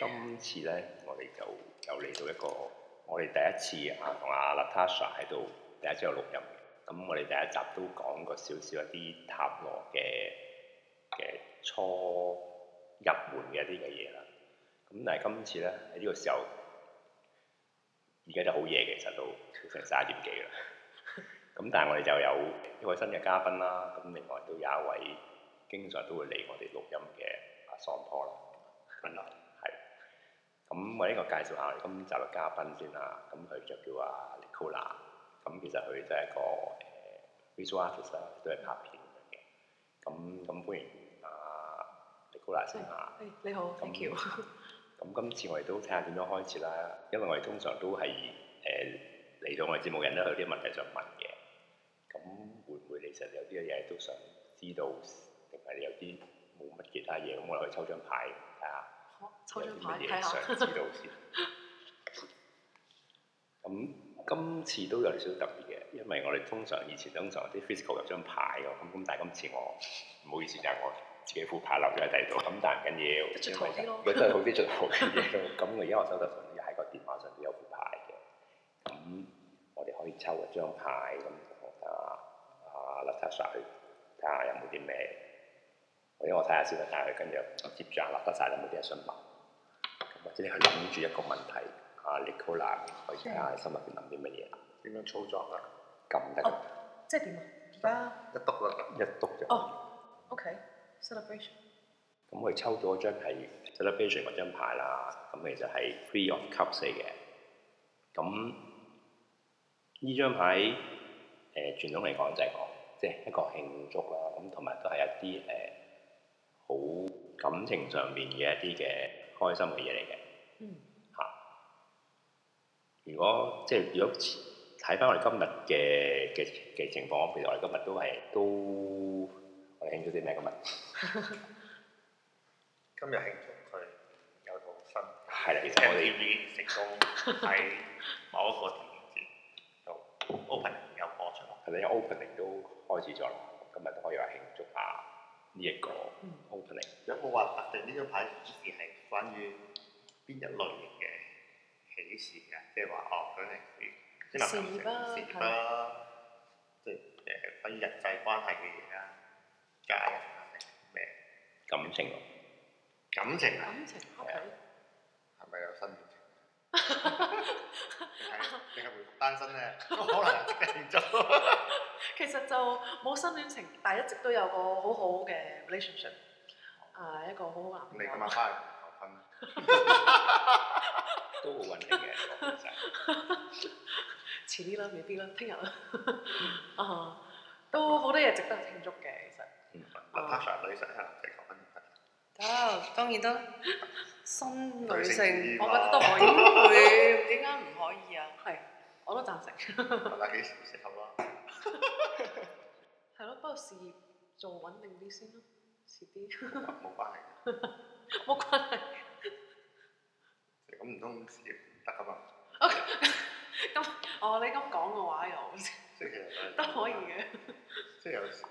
今次咧，我哋就又嚟到一個我哋第一次啊，同阿 Natasha 喺度第一次有錄音嘅。咁我哋第一集都講過少少一啲塔羅嘅嘅初入門嘅一啲嘅嘢啦。咁但係今次咧喺呢個時候，而家就好夜嘅，其實都成三點幾啦。 咁但係我哋就有一位新嘅嘉賓啦，咁另外都有一位經常都會嚟我哋錄音嘅阿桑坡啦，咁啊係。咁我呢個介紹下我哋今集嘅嘉賓先啦，咁佢就叫阿 Nicola，咁其實佢就係一個誒 visual artist 啦，都係拍片嘅。咁咁歡迎阿 Nicola 先啊啦。誒哎你好，thank you。咁今次我哋都睇下點樣開始啦，因為我哋通常都係誒呃嚟到我哋節目嘅人咧，有啲問題想問嘅。咁會唔會你其實有啲嘢都想知道，定係你有啲冇乜其他嘢？咁我哋可以抽張牌睇下，好抽張牌有啲乜睇嘢想下，知道 先。咁今次都有少少特別嘅，因為我哋通常以前通常啲 physical 有張牌嘅，咁咁但係今次我唔好意思，就係我自己副牌留咗喺第度，咁但係唔緊要，出因頭為啲咯佢真係好啲出頭嘅 嘢咯。咁我而家我手頭上又喺個電話上都有副牌嘅，咁我哋可以抽一張牌咁啊啊 Latasha 去睇下有冇啲咩，或者我睇下先啦，睇下佢跟住我接住阿 Latasha 有冇啲嘢想問，咁或者你去諗住一個問題，阿 Nicola 可以睇下你心入邊諗啲乜嘢啦，點樣操作啊？撳得哦即係點啊？而家一篤啊啦，一篤就。哦，OK celebration。咁我哋抽咗張係 celebration 嗰張牌啦，咁其實係 three of cups 嚟嘅。咁呢張牌誒、呃、傳統嚟講就係講即係一個慶祝啦，咁同埋都係一啲誒好感情上面嘅一啲嘅開心嘅嘢嚟嘅。嗯，如果即係如果睇翻我哋今日嘅嘅嘅情況，其實我哋今日都係都我哋慶祝啲咩今日？今日慶祝佢有套新係啦，其實我哋 MTV 成功喺某一個電影節度 open 有播出咯。係咪有 opening 都開始咗啦？今日都可以話慶祝下呢一個嗯 opening。有冇話特定呢張牌顯示係關於邊一類型嘅喜事㗎？即係話哦，佢係即係事業啊事業啦，即係誒關於人際關係嘅嘢啦，家人啊定咩感情咯，感情啊？感情 OK。係咪有新戀情？定係定係回復單身咧？ 可能有啲定咗。其實就冇新戀情，但係一直都有個好好嘅 relationship。啊，一個好好男你朋友咁。晚翻嚟求婚，都好穩定 嘅。其實遲啲啦，未必啦，聽日啦。 啊，都好多嘢值得慶祝嘅，其實。嗯嗱 Tasha 女神係男仔求婚，得，啊當然得。新女性，我覺得都可以， 會點解唔可以啊？係，我都贊成。睇幾時適合咯。係咯，不過事業做穩定啲先咯，遲啲 冇關係冇關係。嘅，咁唔通事業唔得噶嘛？咁哦，你咁講嘅話又即係其實呃都可以。嘅。即係有時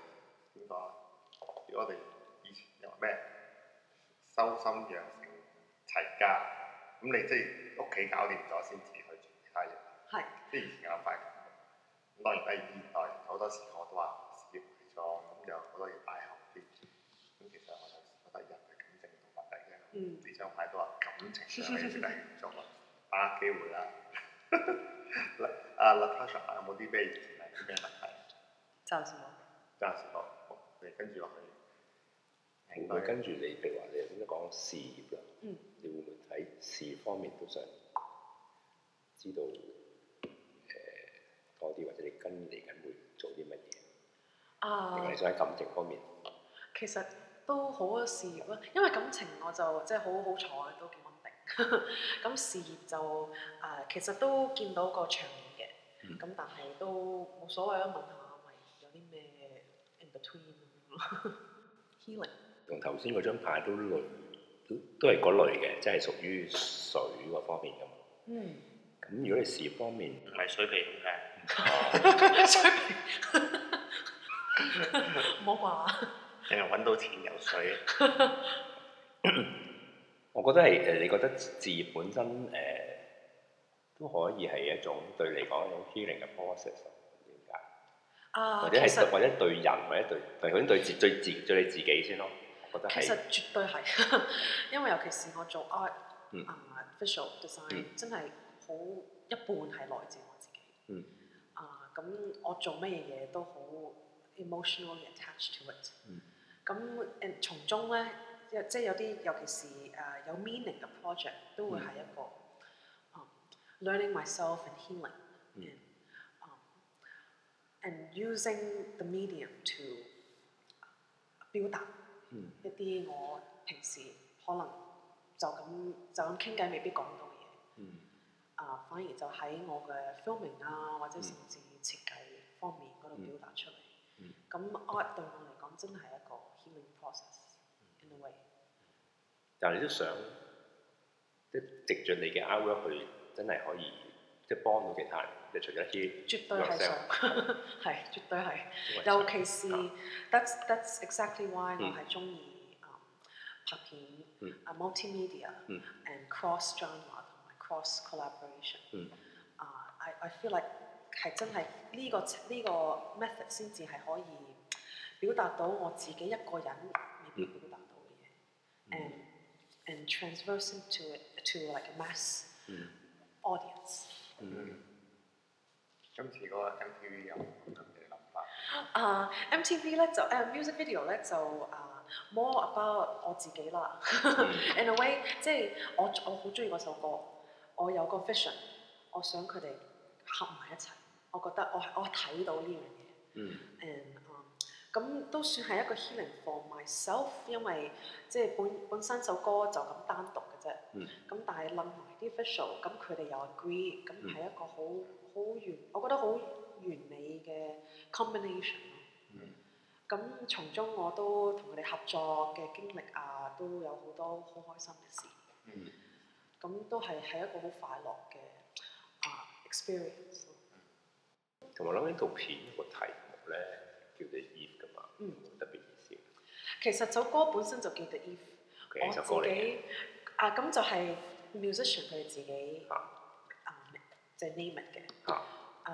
點講啊？如果我哋以前又話咩修心養性齊家，咁你即係屋企搞掂咗先至去做其他嘢。係，即係以前嘅諗法係咁。咁當然啦，現代人好多時我都話事業為重，咁有好多嘢擺後啲。咁其實我就覺得人係感情動物嚟嘅。嗯，呢張牌都話感情上嘅嘢係嚴重啦，把握機會啦。嗱阿 Natasha 有冇啲咩以前係啲咩問題？暫時冇。暫時冇，好你跟住落去。會唔會跟住你？譬如話你頭先都講事業啦，嗯你會唔會喺事業方面都想知道誒、多啲，或者你跟嚟緊會做啲乜嘢？定係啊你，想喺感情方面？其實都好啊事業啦，因為感情我就即係好好彩都幾穩定， 咁事業就啊其實都見到個長遠嘅，嗯咁、但係都冇所謂啦，啊問下咪有啲咩 in between 咁樣咯 healing。同頭先嗰張牌都類都都係嗰類嘅，即係屬於水嗰方面噶嘛。嗯， 咁如果你事業方面，唔係水皮咁嘅，水平 唔好啩？淨係揾到錢游水。我覺得係誒，你覺得事業本身誒、都可以係一種對你講一種 healing 嘅 process 咯點解？啊，或其者係實對或者對人或者對對首先對自對自對你自己先咯，我覺得其係實絕對係， 因為尤其是我做 art 嗯啊 visual design，嗯真係好一半係來自我自己。嗯。啊，咁我做乜嘢嘢都好 emotionally attached to it 嗯。咁誒，從中咧，即即係有啲尤其是誒有 meaning 嘅 project 都會係一個嗯 learning myself and healing 嗯 and um, and using the medium to 啊表達。嗯一啲我平時可能就咁就咁傾偈未必講到嘅嘢，嗯啊、反而就喺我嘅 filming 啊，或者嗯甚至設計方面嗰度嗯表達出嚟嗯。咁、art 對我嚟講真係一個 healing process in a way。但係你都想即係藉住你嘅 artwork 去真係可以即係幫到其他人，即係除咗一絕對係 Yourself 想， 係絕對係，啲尤其是啊 that's that's exactly why 嗯我係中意嗯拍片嗯啊 uh, multimedia 嗯 and cross genre 同埋 cross collaboration。嗯啊、i I feel like 係真係呢、個呢、個 method 先至係可以表達到我自己一個人未必表達到嘅嘢、and and transversing to it to like a mass 嗯 audience。嗯今次嗰個 MTV 有冇咁樣嘅諗法？啊、MTV 咧就誒、music 呃 video 咧就啊、more about 我自己啦。In a way，即係我我好中意嗰首歌，我有個 vision，我想佢哋合埋一齊。我覺得我係我睇到呢樣嘢。嗯 and 嗯咁都算係一個 healing for myself，因為即係本本身首歌就咁單獨嘅啫。咁、嗯但係冧埋啲 visual，咁佢哋又 agree，咁嗯係一個好好完，我覺得好完美嘅 combination 咯。嗯咁從中我都同佢哋合作嘅經歷啊，都有好多好開心嘅事。嗯咁都係係一個好快樂嘅啊 experience 咯。同埋諗起套片個題目咧叫做 Eve 㗎嘛，嗯，特別意思。其實首歌本身就叫 The Eve。嘅一首我歌嚟自嘅，己啊，咁就係 musician 佢哋自己啊啊，即係 name it 嘅。啊誒，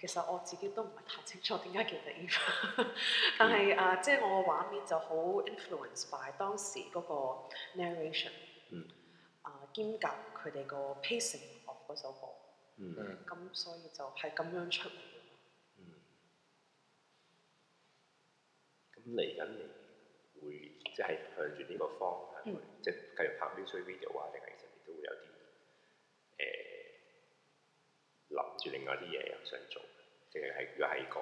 其實我自己都唔係太清楚點解叫 The Eve，但 係嗯啊，即係我個畫面就好 influence by 當時嗰個 narration。嗯。啊，兼夾佢哋個 pacing of 嗰首歌，嗯咁所以就係咁樣出嚟嘅。嗯。咁嚟緊你會即係向住呢個方向去，即係繼續拍 music video 啊，定係其實你都會有啲誒諗住另外啲嘢又想做，即係係如果喺個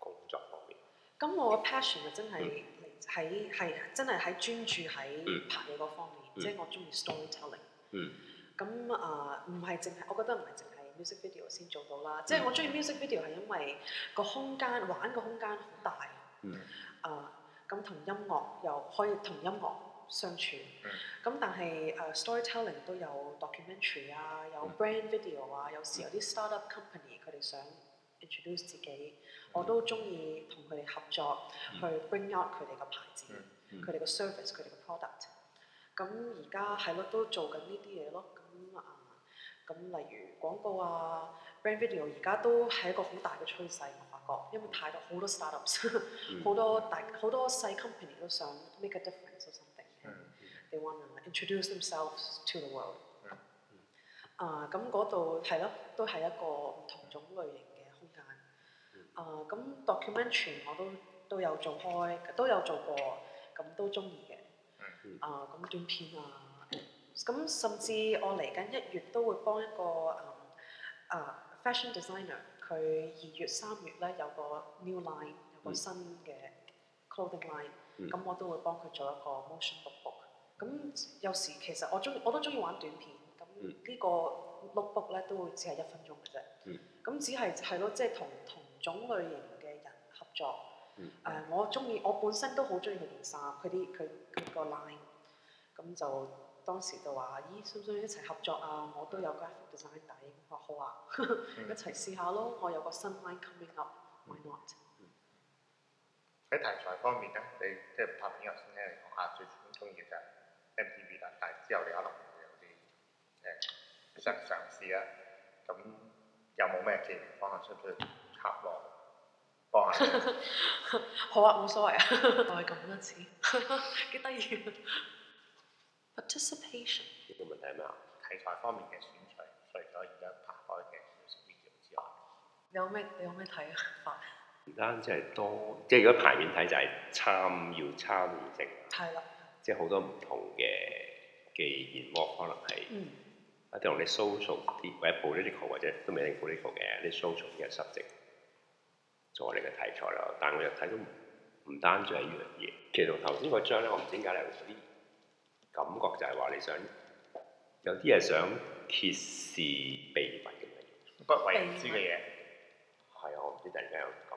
工作方面，咁嗯我嘅 passion 就真係嚟喺係真係喺專注喺嗯拍嘢嗰方面，嗯即係我中意 storytelling。嗯咁啊，唔係淨係，我覺得唔係淨係 music video 先做到啦。即係我嗯中意 music video 係因為個空間玩個空間好大。嗯。啊，咁同音樂又可以同音樂相處。嗯咁但係誒 storytelling 都有 documentary 啊，有嗯 brand video 啊，有時有啲 startup company 佢哋想 introduce 自己，我都中意同佢哋合作嗯去 bring out 佢哋嘅牌子嗯、嗯佢哋嘅 service、佢哋嘅 product。咁而家係咯，都做緊呢啲嘢咯。咁啊，咁例如廣告啊、brand video 而家都係一個好大嘅趨勢，我發覺，嗯因為太多好多 startups。好多大好多細 company 都想 make a difference or something。嗯 They want to introduce themselves to the world Ờ, 嗯。啊，咁嗰度係咯，都係一個唔同種類型嘅空間。啊，咁 Ờ, documentary 我都都有做開，都有做過，咁都中意嘅嗯。嗯啊，咁短片啊，咁甚至我嚟緊一月都會幫一個嗯啊 ờ, fashion designer，佢二月三月咧有個 new line，有個嗯新嘅 clothing line，嗯咁、我都會幫佢做一個 motion lookbook。咁有時其實我中意我都中意玩短片，咁嗯呢個 lookbook 咧都會只係一分鐘嘅啫。嗯咁只係係咯，即係同同種類型嘅人合作。嗯誒、我中意，我本身都好中意佢件衫，佢啲佢佢個 line，咁就當時就話：咦，想唔想一齊合作啊？我都有 graphic design 底，我話好啊，嗯一齊試下咯。我有個新 line coming up，why not？喺題材方面咧，你即係拍片頭先聽你講下最中意嘅 MTV 啦，但係之後你可能會有啲誒想嘗試啦。咁有冇咩技能方向需唔需要塔羅幫 下你？好啊，冇所謂啊，我係咁 多次，幾得意啊 Participation 呢個問題係咩啊？題材方面嘅選取，除咗而家拍開嘅 music video 之外，你有咩你有咩睇法？ 唔單止係多，即係如果牌面睇就係參要參與性，係啦，即係好多唔同嘅嘅言目，可能係嗯，一定同你 social 啲，或者 political 或者都未定 political 嘅，你 social 啲嘅 subject 做我哋嘅題材啦。但我又睇到唔唔單止係呢樣嘢，其實同頭先嗰張咧，我唔知點解咧有啲感覺就係話你想有啲嘢想揭示秘密咁樣，不為人知嘅嘢，係啊，我唔知突然間有感覺。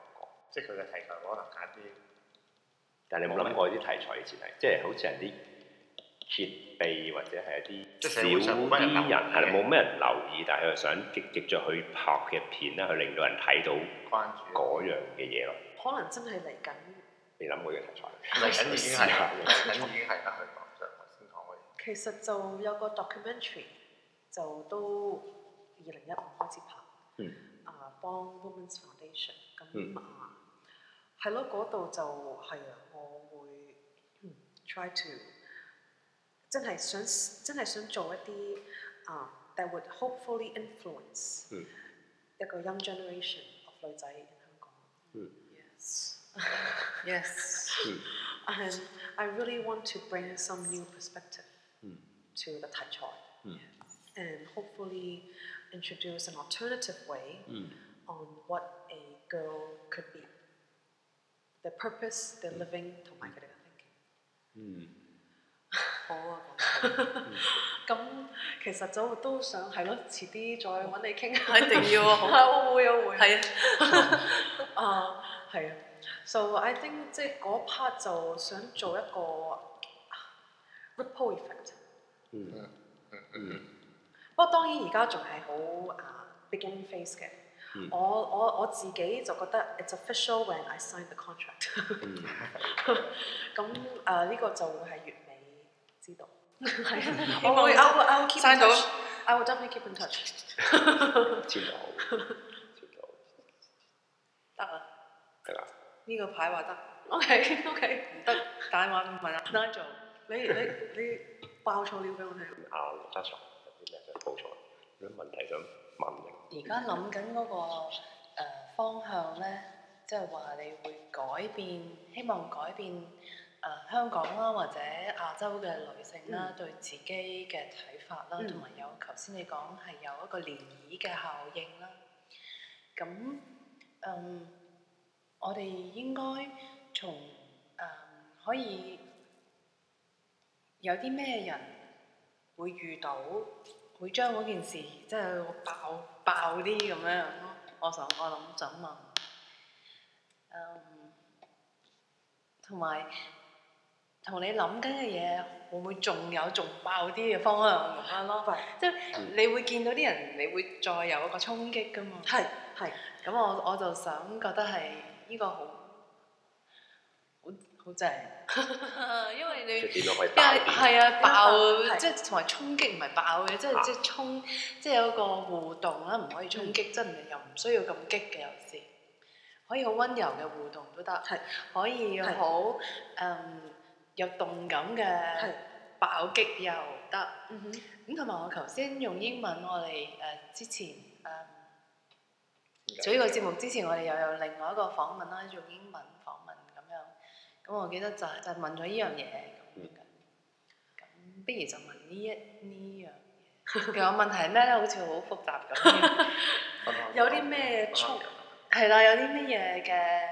即係佢嘅題材可能揀啲但係你有冇諗過啲題材以前係，即係好似係啲揭秘或者係一即啲係少社會上冇乜人留啲意人係啦嘅冇咩人留意，但係佢又想藉藉著佢拍嘅片咧，去令到人睇到關注。嗰樣嘅嘢咯。可能真係嚟緊，你諗過嘅題材？嚟緊已經係試下啦，嚟緊已經係啦，佢講咗我先講嘅。其實就有個 documentary 就都二零一五開始拍，嗯，啊幫 Women's Foundation 嗯咁啊，係咯嗰度就係啊，我會嗯 try to 真係想真係想做一啲啊、that would hopefully influence、嗯一個 young generation of 女仔 in 香港。嗯 Yes. Yes，嗯 And I really want to bring some new perspective 嗯 to the Tai Chai 嗯 and hopefully introduce an alternative way 嗯 on what a girl could be. Their purpose, their living, 同埋佢哋嘅 thinking。嗯，好啊，講得好 咁其實就都想係咯，遲啲再揾你傾下。一定 要啊，好啊，係，我會我會。係啊， 啊，係啊。So I think 即係嗰 part 就想做一個啊 ripple effect。嗯嗯不過當然而家仲係好啊 beginning phase 嘅。嗯我我我自己就覺得 it's official when I sign the contract。嗯，咁誒呢個就會係月尾知道。係 啊，希望我會 I will I will keep in sign 到 touch。I will definitely keep in touch。簽到，簽到，得啊，得啦。呢個牌話得， OK OK。唔得打電話問啊 Nigel，你你你爆錯料俾我聽。阿羅嘉祥有啲咩想補充？有啲問題想問你？而家諗緊嗰個、呃、方向咧，即係話你會改變，希望改變誒、呃香港啦，或者亞洲嘅女性啦，對自己嘅睇法啦，嗯同埋、有頭先你講係有一個漣漪嘅效應啦。咁嗯，我哋應該從誒、嗯可以有啲咩人會遇到，會將嗰件事即係爆爆啲咁樣樣咯。我想我諗想問，嗯，同埋同你諗緊嘅嘢會唔會仲有仲爆啲嘅方向咁樣咯？即係你會見到啲人，你會再有一個衝擊噶嘛？係係。咁我我就想覺得係呢個好好好正， 因為你即係點樣可以因爆為啲？係啊爆，係即係同埋衝擊唔係爆嘅，即啊係即係衝，即係有一個互動啦，唔可以衝擊，嗯即係唔係又唔需要咁激嘅有時，可以好温柔嘅互動都得係，可以係好嗯有動感嘅係爆擊又得。嗯哼。咁同埋我頭先用英文，我哋誒、呃之前誒、呃做呢個節目之前，我哋又有另外一個訪問啦，用英文訪問咁樣。咁我記得就係、就係問咗呢樣嘢咁樣嘅。咁不如就問呢一呢樣嘢。其實我問題係咩咧？好似好複雜咁。有啲咩衝衝？係啦，有啲乜嘢嘅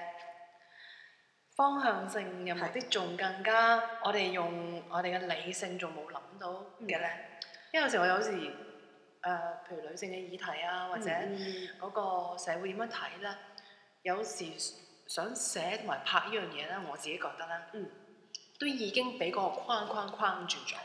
方向性有冇係啲仲更加我哋用我哋嘅理性仲冇諗到嘅咧？因為有時我有時誒、呃譬如女性嘅議題啊，或或者者嗯嗰個社會點樣睇咧，有時想寫同埋拍呢樣嘢咧，我自己覺得咧，嗯，都已經俾嗰個框框框住咗，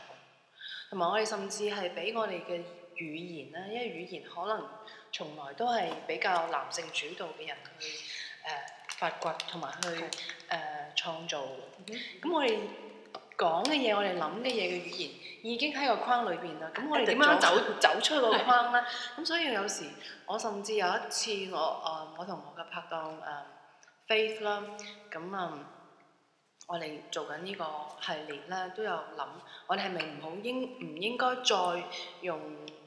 同埋我哋甚至係俾我哋嘅語言咧，因為語言可能從來都係比較男性主導嘅人去誒、呃發掘同埋去誒、係呃、創造。嗯哼咁我哋講嘅嘢，我哋諗嘅嘢嘅語言已經喺個框裏邊啦。咁我哋點 Edit 咗樣走 走出個框咧？咁所以有時我甚至有一次我誒、呃我同我嘅拍檔誒、呃 Faith 啦，咁啊、嗯我哋做緊呢個系列咧，都有諗我哋係咪唔好應唔應該再用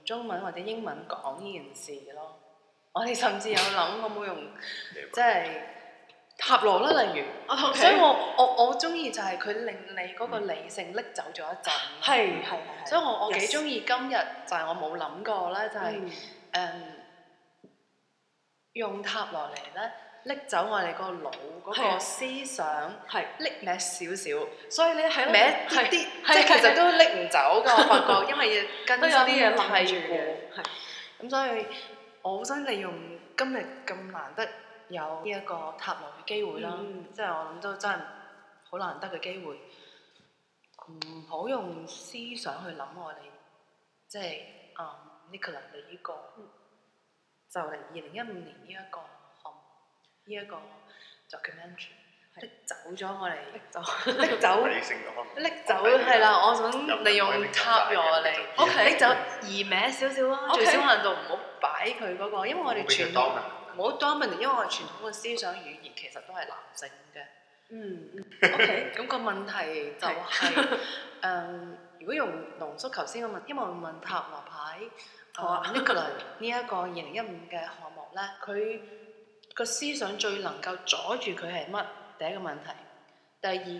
中文或者英文講呢件事咯？我哋甚至有諗我冇 用即係塔羅啦，例如。哦 OK 所以我我我中意就係佢令你嗰個理性拎走咗一陣。嗯係係係，所以我我 Yes 幾中意今日就係我冇諗過咧，就係、嗯誒用塔羅嚟咧拎走我哋個腦嗰係啊個思想，係，拎歪少少，所以咧係咯，歪啲係啲，即係係其實都拎唔走噶。我發 覺，因為要都跟有啲嘢諗住身體嘅活，係咁所以我好想利用今日咁難得有呢一個塔羅嘅機會啦，嗯即係我諗都真係好難得嘅機會，唔好用思想去諗我哋，即係啊、Nicola 你呢、個、就嚟二零一五年呢一個項目，呢、一個 documentary 係拎走咗我哋，拎走。拎走 理性嗰方面拎走係，啦，我有想利用有塔羅嚟有拎 OK 走移歪少少啦， OK 最少限度唔好擺佢嗰個，因為我哋傳統當唔好 dominant，因為我哋傳統嘅思想語言其實都係男性嘅。嗯，嗯 OK，咁個問題就係、 誒，如果用濃縮頭先嘅問，因為我問塔羅牌，好啊 n i c o l a 呢一個二零一五嘅項目咧，佢個思想最能夠阻住佢係乜？第一個問題，第二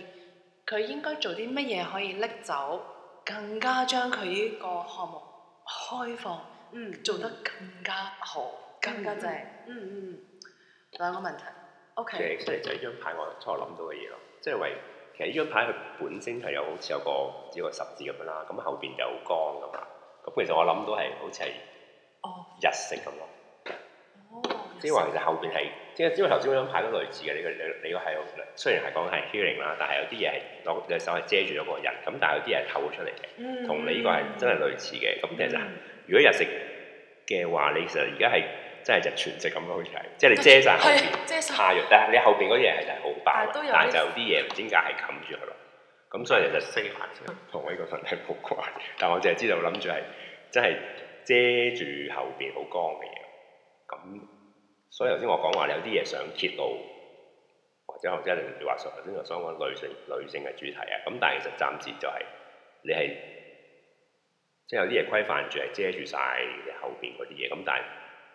佢應該做啲乜嘢可以拎走，更加將佢呢個項目開放，嗯，做得更加好，更加正。嗯嗯兩個問其題，實 OK，其實就係呢張牌我初諗到嘅嘢咯，即係為其實呢張牌佢本身係有好似有個只個十字咁樣啦，咁後邊就有光咁啦。咁其實我諗到係好似係哦日式咁咯，哦，即係話其實後邊係即係因為頭先嗰張牌都類似嘅，你個你你個係有雖然係講係 healing 啦，但係有啲嘢係攞隻手係遮住咗個人，咁但係有啲嘢係透出嚟嘅，嗯同你呢個係真係類似嘅。咁其實如果日式嘅話，你其實而家係真係就全食咁咯，好似係，即係 你遮晒後邊。係啊即係下藥，但係你後邊嗰啲嘢係就係好爆但啦係都，有但係啲就有啲嘢唔知點解係冚住佢咯。咁所以其實四眼同我呢個身體冇關，但我淨係知道諗住係真係遮住後邊好光嘅嘢。咁所以頭先我講話你有啲嘢想揭露，或者或者你話頭先我想講女性女性嘅主題啊。咁但係其實暫時就係、你係即係有啲嘢規範住係遮住晒你後邊嗰啲嘢。咁但係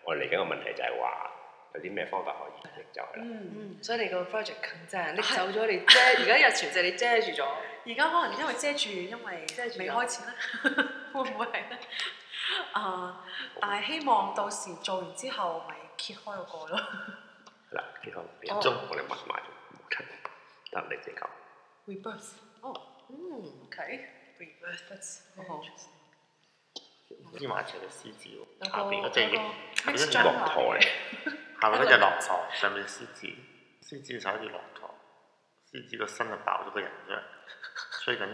我哋嚟緊個問題就係話有啲咩方法可以就係啦。嗯。嗯，所以你個 project 更正，拎走咗你 遮，而家日全就你遮住咗。而家可能因為遮住，因為未開始咧， 會唔會係咧？ 啊、但係希望到時做完之後，咪揭開嗰個咯。嗱，幾好，幾好，我哋密埋咗，冇睇，得你自己講。 Rebirth，嗯，OK，reverse，好黐埋一齊嘅獅子喎，下好。邊嗰隻翼，下邊嗰隻駱啊駱，駝嚟，下邊嗰隻駱駝，上面獅子，獅子就好似駱駝，獅子個身就爆咗個人出嚟，吹緊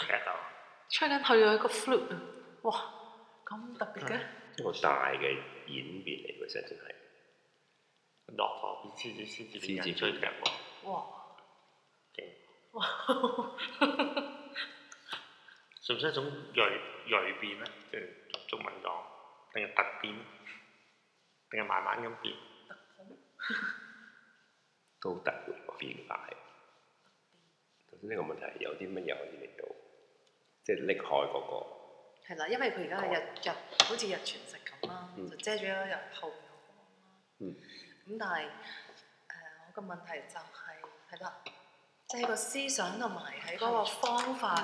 笛啊！吹緊去咗一個 flute 啊！哇，咁特別嘅，嗯一個大嘅演變嚟，佢真真係。駱駝變獅子，獅子變獅人子吹笛變喎，哇勁！哇，算唔算一種鋭鋭變咧？即係用中文講，定係突變，定係慢慢咁變？都突然個變化係。頭先呢個問題係有啲乜嘢可以令到，即係拎開嗰個係啦，因為佢而家係日日好似日全食咁啦，嗯就遮咗一日後面嘅光啦。嗯咁但係誒、我個問題就係係啦，即係個思想同埋喺嗰個方嗯法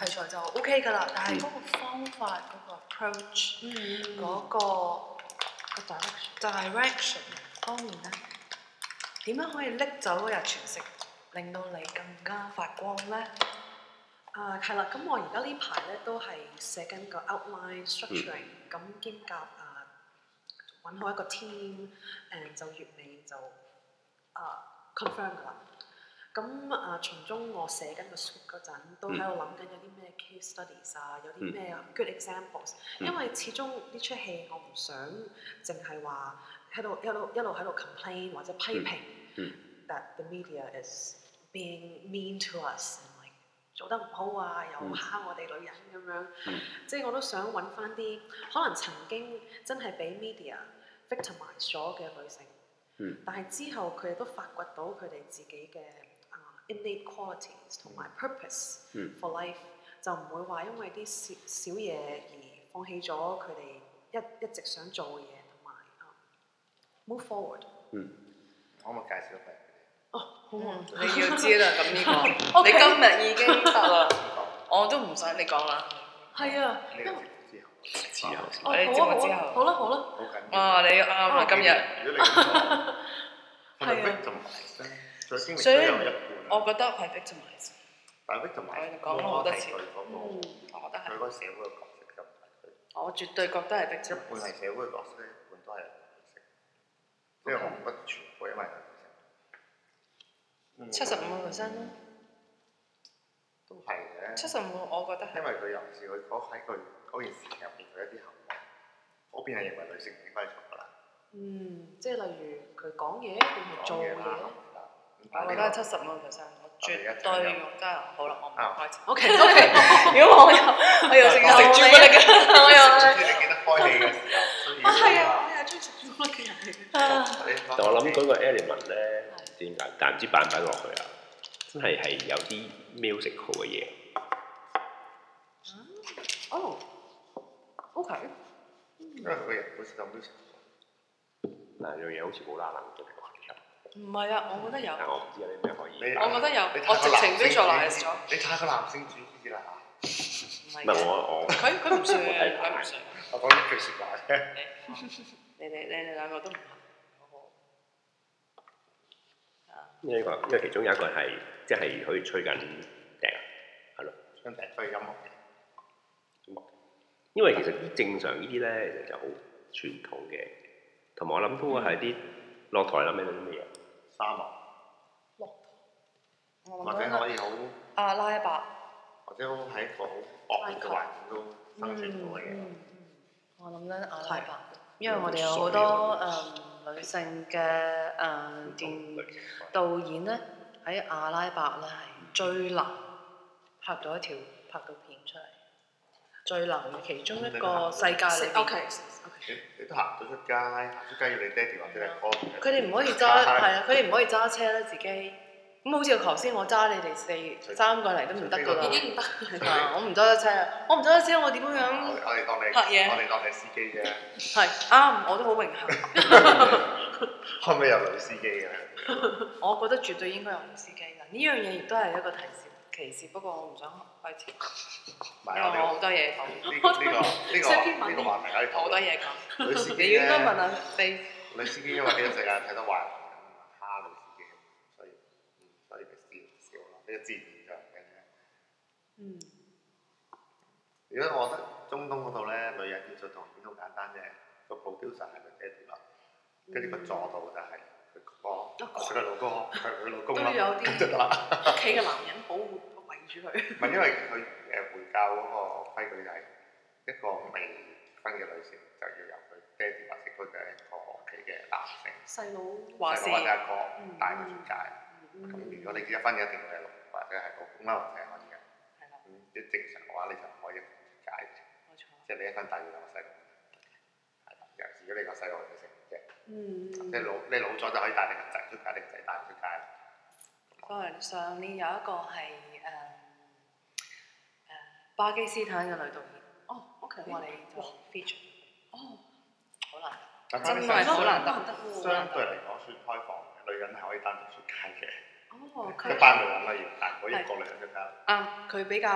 題材就 O K 㗎啦，但係嗰個方法嗰、個 approach。嗯嗰個 direction 方面咧，點樣可以拎走嗰日全食，令到你更加發光咧？啊，係啦，咁我而家呢排咧都係寫緊個 outline structuring，咁、兼夾啊揾好一個 team，誒、就月尾就啊 confirm 㗎啦。咁啊，從中我寫緊個 script 嗰陣，都喺度諗緊有啲咩 case studies 啊，有啲咩 good examples，、啊嗯因為始終呢出戲我唔想淨係話喺度一路一路喺度 complain 或者批評、嗯 that the media is being mean to us and like 做得唔好啊，又嗯蝦我哋女人咁樣，嗯即係我都想揾翻啲可能曾經真係俾 media victimize 咗嘅女性，嗯但係之後佢哋都發掘到佢哋自己嘅啊 innate qualities 同埋 purpose 嗯 for life，就唔會話因為啲小小嘢而放棄咗佢哋一一直想做嘅嘢同埋啊 move forward。嗯可唔可以介紹一份？哦，好啊！嗯你要知啦，咁呢 個 OK 你今日已經得啦，我都唔想你講啦。係啊，呢因個為節目之後，之後哦好你啊節目好之啊，後啊好啦啊好啦，好緊要。哇，你啱啦，哦今日。如果你咁 講，係咪係啊 victimize 咧？最經歷都所以有一半。啊我覺得係 victimize，但係 victimize 我哋講咗好多係次佢嗰嗯個，我覺得佢係，嗰個社會嘅角色就唔係佢。我絕對覺得係一半 victimize。係社會嘅角色，一半都係女性，即係我唔覺得全部因為女性。七十五個 percent 咯，都係嘅，七十五我覺得係因為佢尤其是佢嗰喺佢嗰件事情入邊佢一啲行為，嗰邊係認為女性唔應該做㗎啦，嗯，即係例如佢講嘢定係做講嘢嘢啦，啊我覺得係七十五 percent，我絕對覺得好啦，我唔開始。 ？O K O K，如果我有啊我有食食朱古力啊㗎，我 有。即係你記得開戲嘅時候，需啊要係啊，我係中意食朱古力嘅人嚟嘅。但我諗嗰個 element 咧，點解？但唔知擺唔擺落去啊？真係係有啲 musical 嘅嘢， 哦，O K，因為佢個人本身就 musical，嗱樣嘢好似冇啦啦咁嘅，唔係啊，我覺得有，但我唔知有啲咩可以。你我覺得有你，我太過直男情性主 visualize 咗義，，你太過男性主啊義啦唔唔嚇，係係嘅我我佢佢唔 算嘅，佢唔算。我講呢句説話 啫，你你你哋兩個都唔合。呢一個，因為其中有一個係即係可以吹緊笛啊，係咯。真係都係音樂嘅。因為其實啲正常呢啲咧，其實就好傳統嘅，同埋我諗都會係啲落台諗起到啲乜嘢，沙漠，我或諗者到可以好，阿啊拉伯，或者好喺一個好惡劣嘅環境都生存到嘅嘢。嗯我諗緊阿拉拉伯伯，因為我哋有好多誒女性嘅誒電導演咧喺阿拉伯咧係最能拍到一條拍到片出嚟，最能嘅其中一個世界裏邊。 O K，嗯你你都行唔到出街，行出街要你爹哋或者你哥。佢哋唔可以揸，係啊，佢哋唔可以揸車啦，自己。咁好似我頭先我揸你哋四三個嚟都唔得㗎啦已，經唔得。係啊我唔揸得車啊，我唔揸得車，我點樣樣？我 哋我哋當你拍嘢我哋當你司機啫，係啱，我都好榮幸。後尾有女司機嘅。哦我覺得絕對應該有女司機㗎，呢樣嘢亦都係一個提示歧視，不過我唔想開始，唔因為係我哋我好多嘢講，呢個呢個呢個話呢個話題可以我好多討嘢講。論。女司 機你應該問咧，下你女司機因為呢個世界睇得壞，蝦女司機，所以所以佢少少啦，呢個自然現象嘅啫。嗯，如果我覺得中東嗰度咧，女人要做導演好簡單啫，個 producer 係佢爹哋啦，跟住個助導就係佢哥，佢個老公，佢佢老公哦都啦，要有咁就啲得啦。屋企嘅男人保護圍住佢。唔係因為佢誒回教嗰個規矩就係一個未婚嘅女性就要由佢爹哋或者佢嘅一個屋企嘅男性，細佬話細事佬或者一個大嘅傳戒。嗯咁如果你結咗婚嘅一定要係老或者係老公啦，或者係可以嘅。係啦，咁即係正常嘅話，你就唔可以解嘅，冇錯。即係你一婚帶要兩個細路。係啦，尤其如果你個細路係女性嘅，嗯，即係老你老咗就可以帶你個仔出街，你個仔帶唔出街啦。因為上年有一個係誒誒巴基斯坦嘅女導演，哦，O K，我哋就 feature，哦，好難。但真係巴基斯坦好難得相對嚟講算開放嘅，女人係可以單獨出街嘅。哦，一佢班女人啦，要但嗰一個女人就得。啱，嗯佢比較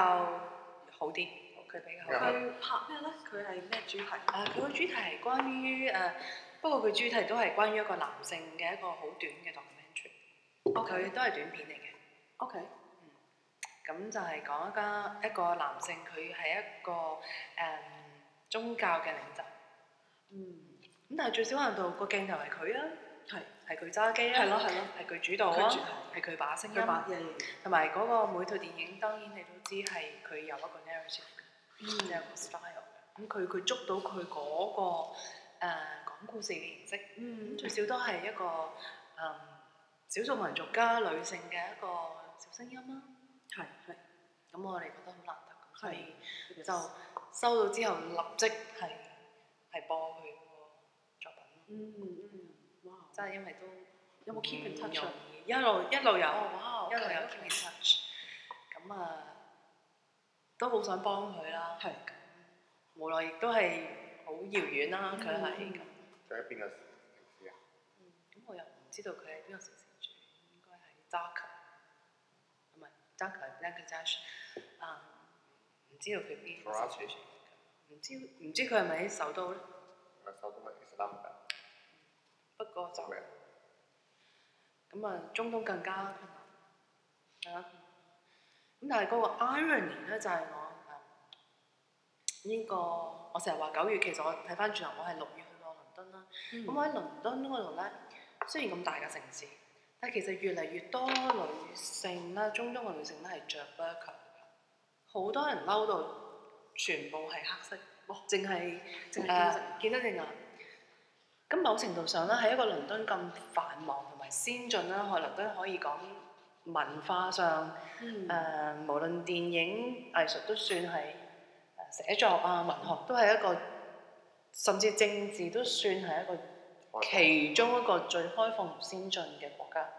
好啲，佢比較因好為。佢拍咩咧？佢係咩主題？啊，佢個主題係關於誒、呃不過佢主題都係關於一個男性嘅一個好短嘅 documentary， O 佢 K 都係短片嚟嘅。嗯 O K，咁就係講一家一個男性，佢係一個誒、嗯宗教嘅領袖。嗯，咁但係最少限度個鏡頭係佢啊，係係佢揸機啊，係咯係咯，係佢主導佢啊主，係佢把聲佢音，拍嘢，同埋嗰個每套電影當然你都知係佢有一個 narrative，即嗯係有個 style 嘅。咁佢佢捉到佢嗰、個誒、呃、講故事嘅形式。嗯咁最少都係一個誒、嗯少數民族加女性嘅一個小聲音啦。係係，啊咁我哋覺得好難得，咁所以就就收到之後立即係係播佢個作品，嗯嗯，哇！即係因為都有冇 keep in touch 啊？嗯容易一路一路有，哦，一路有 OK，OK keep in touch，咁啊都好想幫佢啦，係無奈亦都係好遙遠啦，佢係嗯咁，佢喺邊個城市啊？嗯咁我又唔知道佢喺邊個城市住，應該係 Dhaka，唔係 Dhaka 係 Bangladesh，啊唔知道佢邊個城市住，唔知唔知佢係咪喺首都咧？我首都係伊斯蘭堡，不過就做咩？咁啊，中東更加困難，係啦。咁但係嗰個 irony 咧，就係我誒呢、個，我成日話九月，其實我睇翻轉頭，我係六月去過倫敦啦。咁、我喺倫敦嗰度咧，雖然咁大嘅城市，但係其實越嚟越多女性啦，中東嘅女性咧係着 burqa，好多人嬲到全部係黑色，淨係淨係見識誒見得隻眼。咁某程度上咧，喺一個倫敦咁繁忙同埋先進啦，可能都可以講文化上誒、誒無論電影藝術都算係誒寫作啊，文學都係一個，甚至政治都算係一個其中一個最開放同先進嘅國家。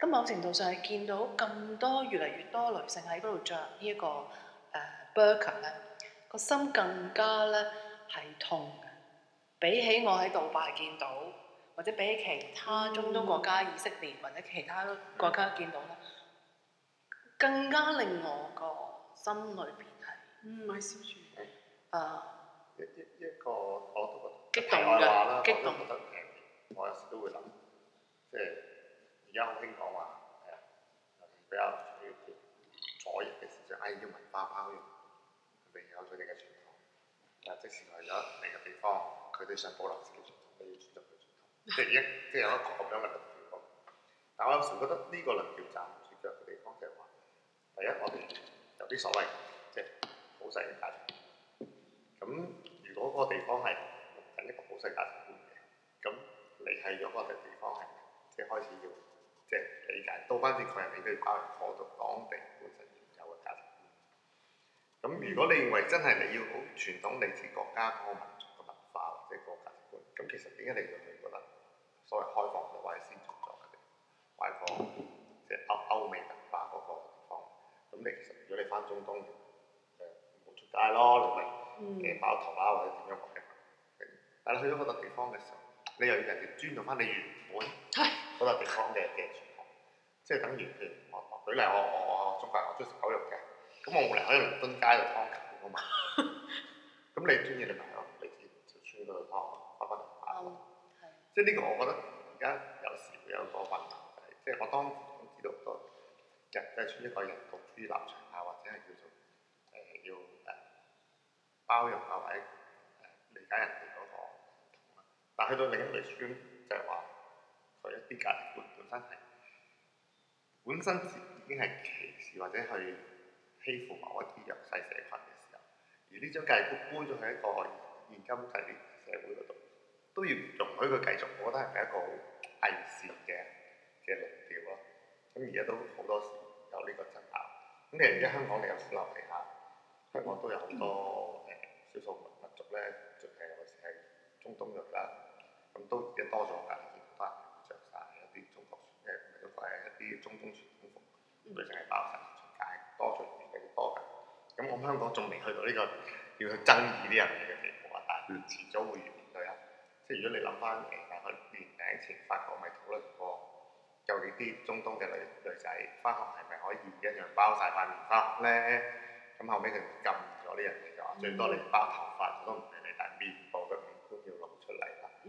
咁某程度上係見到咁多越嚟越多女性喺嗰度着呢一個誒 burqa 咧，個心更加咧係痛嘅。比起我喺杜拜見到，或者比起其他中東國家、以色列或者其他國家見到咧，更加令我個心裏邊係呃嗯，咪笑住，誒一一一個我都覺激得動題外話啦㗎，激動我都覺得誒，我有時都會諗，即係而家好興講話誒，尤其比較左翼嘅思想，哎要文化包容，佢哋有佢哋嘅傳統，但即使去咗另一個地方，佢哋想保留自己傳統，你要尊重佢傳統，即係一即係有一個咁樣嘅論調。但我有時覺得呢個論調站唔住腳嘅地方就係話，第一我哋有啲所謂即係普世嘅價值觀咁如果嗰個地方係用緊一個普世價值觀嘅，咁你係咗嗰個地方係即係開始要即係理解，倒翻轉佢係你都要包容嗰度當地本身原有嘅價值觀。咁如果你認為真係你要好傳統嚟自國家嗰個民族嘅文化或者嗰個價值觀，咁其實點解你會覺得所謂開放咗或者先進咗嘅地方，或者講即係歐歐美文化嗰個地方，咁你其實如果你翻中東，誒冇出街咯，你咪〜嗯誒爆頭啊啦，或者點樣講嘅。但係去咗嗰笪地方嘅時候，你又要人哋尊重翻你原本係嗰笪地方嘅嘅傳統，即係等於譬如我我舉例，我我我中國人我中意食狗肉嘅，咁我冇理由喺倫敦街度劏狗噶嘛。咁你中意你咪喺你自己條村嗰度劏，翻翻嚟買啱咯。係即係呢個我覺得而家有時會有個混淆，就係即係我當然知道好多人即係出一個人道主義立場啊，或者係叫做誒、呃要誒、呃包容啊，或者誒、呃理解人哋嗰個唔同啦。但去到另一類村，就係話佢一啲價值觀本身係本身自已經係歧視或者去欺負某一啲弱勢社群嘅時候，而呢種價值觀搬咗去一個現今制社會嗰度。都要容許佢繼續，我覺得係一個好偽善嘅嘅論調咯。咁而家都好多時有呢個爭拗。咁你而家香港你有小留地下，香港都有好多誒少數民族咧，誒尤其是係中東裔啦，咁都而家多咗㗎，見到人着晒一啲中國誒唔係中國係一啲中東傳統服，女性啊係包晒出街，多咗越嚟越多㗎。咁我香港仲未去到呢個啊要去爭議呢樣嘢嘅地步啊，但係遲早會面對啊。即係如果你諗翻誒，大概年零前法國咪討論過，究竟啲中東嘅女女仔翻學係咪可以一樣包晒塊面翻學咧？咁後尾佢哋禁咗呢樣嘢，就話嗯最多你包頭髮，我都唔理你，但係面部嘅五官要露出嚟啦。嗯，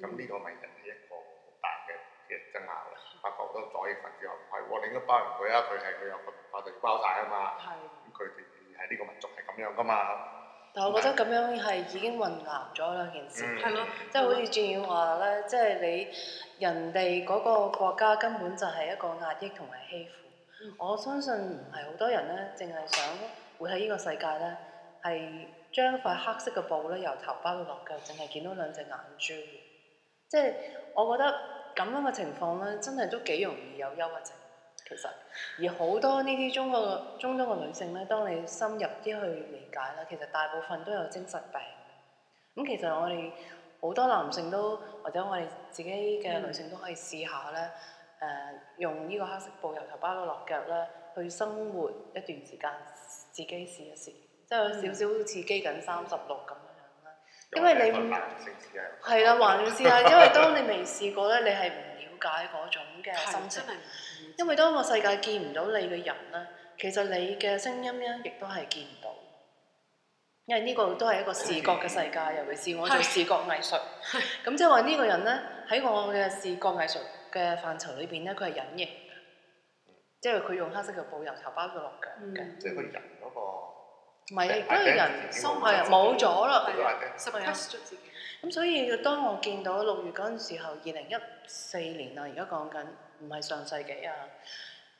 咁呢個咪引起一個好大嘅嘅爭拗啦。法國好多左翼分子話唔係喎，你應該包容佢啊，佢係佢有個文化就要包晒啊嘛。係咁佢哋係呢個民族係咁樣噶嘛。但我覺得咁樣係已經混淆咗兩件嗯事，係咯，即係好似轉話咧，即係你人哋嗰個國家根本就係一個壓抑同埋欺負。嗯我相信唔係好多人咧，淨係想會喺呢個世界咧，係將塊黑色嘅布咧由頭包到落腳，淨係見到兩隻眼珠。即係我覺得咁樣嘅情況咧，真係都幾容易有憂鬱症。其實而好多呢啲中國中東嘅女性咧，當你深入啲去理解啦，其實大部分都有精神病嘅。咁其實我哋好多男性都或者我哋自己嘅女性都可以試下咧，誒、用呢個黑色布由頭包到落腳咧，去生活一段時間，自己試一試，即係有少少好似基緊三十六咁樣樣啦。因為你唔男性試下，係啦，還要 試下，因為當你未試過咧，你係唔了解嗰種嘅係心情真。係唔因為當個世界見唔到你嘅人咧，其實你嘅聲音咧，亦都係見唔到。因為呢個都係一個視覺嘅世界，尤其是我做係視覺藝術，咁即係話呢個人咧喺我嘅視覺藝術嘅範疇裏邊咧，佢係隱形嘅，即係佢用黑色嘅布由頭包到落腳嘅，嗯即係佢人嗰個唔係亦都係人自己心冇係啊咗冇咗啦。係啊 suppress 咗自己。咁所以當我見到六月嗰陣時候，二零一四年啦，啊而家講緊唔係上世紀啊，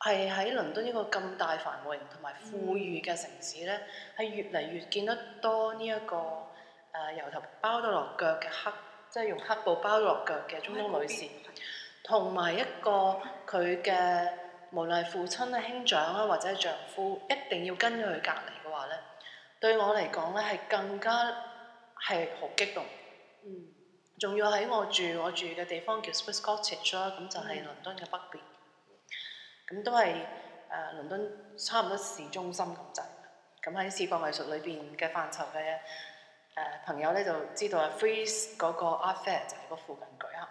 係喺倫敦一個咁大繁榮同埋富裕嘅城市咧，係越嚟越見得多呢、一個誒、呃由頭包到落腳嘅黑，即係用黑布包到落腳嘅中東女士。同埋一個佢嘅無論係父親啊、兄長啊或者係丈夫，一定要跟咗佢隔離嘅話咧，對我嚟講咧係更加係好激動。嗯，仲要喺我住我住嘅地方叫 Swiss Cottage 啦，咁就係倫敦嘅北邊，咁都係誒、呃、倫敦差唔多市中心咁滯。咁喺視覺藝術裏邊嘅範疇嘅誒、呃朋友咧就知道啊，Freeze 嗰個 Art Fair 就喺嗰附近舉行。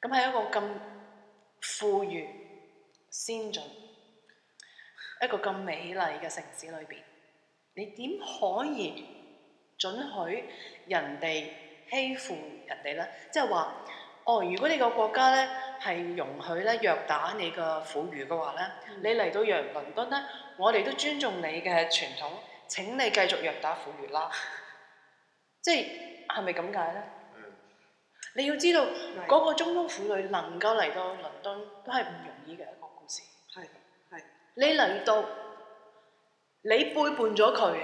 咁係一個咁富裕、先進、一個咁美麗嘅城市裏邊，你點可以准許人哋欺負人哋咧？即係話，哦，如果你個國家咧係容許咧虐打你嘅婦孺嘅話咧，你嚟到洋倫敦咧，我哋都尊重你嘅傳統，請你繼續虐打婦孺啦。 即係係咪咁解咧？嗯你要知道係嗰個中東婦女能夠嚟到倫敦都係唔容易嘅一個故事。係係你嚟到，你背叛咗佢，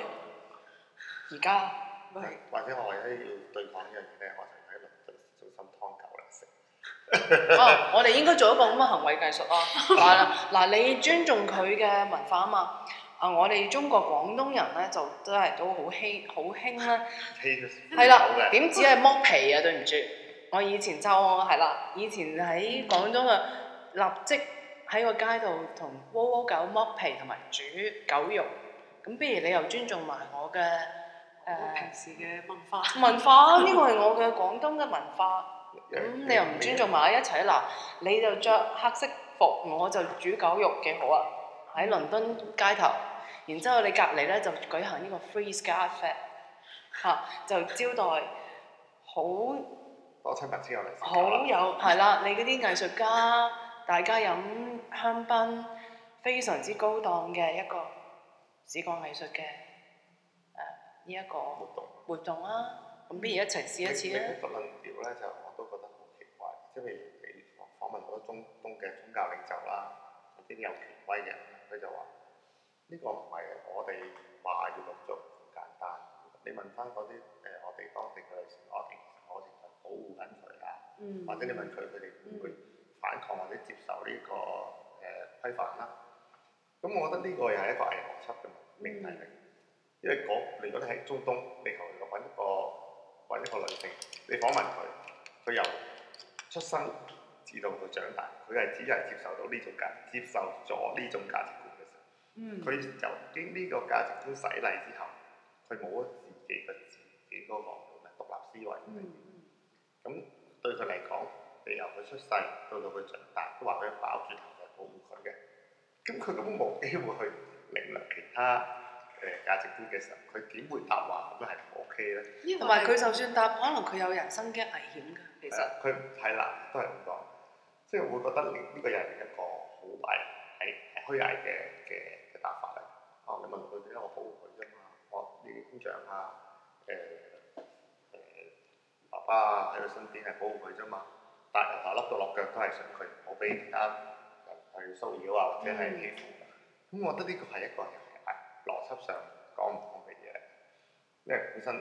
而家係或者我喺要對抗一樣嘢咧，我就喺倫敦小心劏狗嚟食。哦，我哋應該做一個咁嘅行為藝術啊！嗱嗱，你尊重佢嘅文化啊嘛。啊，我哋中國廣東人咧就真係都好興好興啦。係係啦，嘅，點止係剝皮啊？對唔住，我以前就係啦，以前喺廣東嘅立即喺個街度同窩窩狗剝皮同埋煮狗肉，咁不如你又尊重埋我嘅誒、我平時嘅文化。文化，啊呢個係我嘅廣東嘅文化，嗯咁嗯你又唔尊重埋我一齊嗱，你就着黑色服，我就煮狗肉幾好啊！嗯喺倫敦街頭，然之後你隔離咧就舉行呢個 freeze 加 fat 嚇，就招待好多親密之後嚟食好狗啦。有係啦，你嗰啲藝術家，大家飲香檳，非常之高檔嘅一個視覺藝術嘅誒呢一活個動。活動啦。咁不如一齊試一次啦你。個論調咧就我都覺得好奇怪，即係譬如你訪問好多中東嘅宗教領袖啦，嗰啲有權威嘅人，佢就話：呢、個唔係我哋話要咁做咁簡單。你問翻嗰啲誒我哋當地嘅女性，我哋我哋係保護緊佢啊，嗯或者你問佢佢哋會唔會反抗或者接受呢、個誒、呃規範啦。咁我覺得呢個又係一個偽學輯嘅命題嚟，因為嗰如果你喺中東，你求其揾一個揾一個女性，你訪問佢，佢由出生至到佢長大，佢係只係接受到呢種價，接受咗呢種價值觀嘅時候。嗯佢就經呢個價值觀洗禮之後，佢冇咗自己嘅自己嗰個咩獨立思維。咁對佢嚟講，你由佢出世到到佢長大，都話佢包住頭就保護佢嘅。咁佢根本冇機會去領略其他誒、價值觀嘅時候，佢點會答話咁樣係唔 OK 咧？呢個同埋佢係就算答，可能佢有人生嘅危險㗎。其係實啦，佢係啦，都係咁講，即係會覺得呢呢個又係一個好偽係係虛偽嘅嘅嘅答法嚟。哦，你問佢點解我保護佢啫嘛？我你兄長啊，誒、誒、爸爸啊喺佢身邊係保護佢啫嘛，但係由頭笠到落腳都係想佢唔好俾其他人去騷擾啊，或者係欺負。咁、我覺得呢個係一個係邏輯上講唔通嘅嘢嚟。因為本身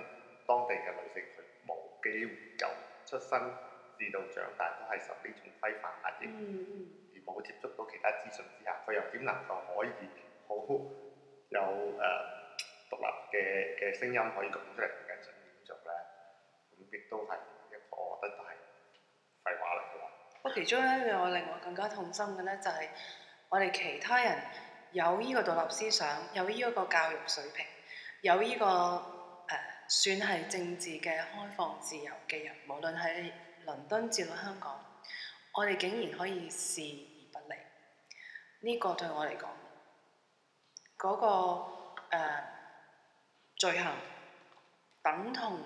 當地嘅女性佢冇機會由出生至到長大都係受呢種規範壓抑，嗯而冇接觸到其他資訊之下，佢又點能夠可以好有誒、呃、獨立嘅嘅聲音可以講出嚟究竟想點做咧？咁亦都係一個我覺得都係廢話嚟嘅啦。我其中一樣我令我更加痛心嘅咧，就係、我哋其他人有呢個獨立思想，有呢一個教育水平，有呢、個誒、呃算係政治嘅開放自由嘅人，無論喺倫敦至到香港，我哋竟然可以視而不理，呢、個對我嚟講，嗰、個、呃、罪行等同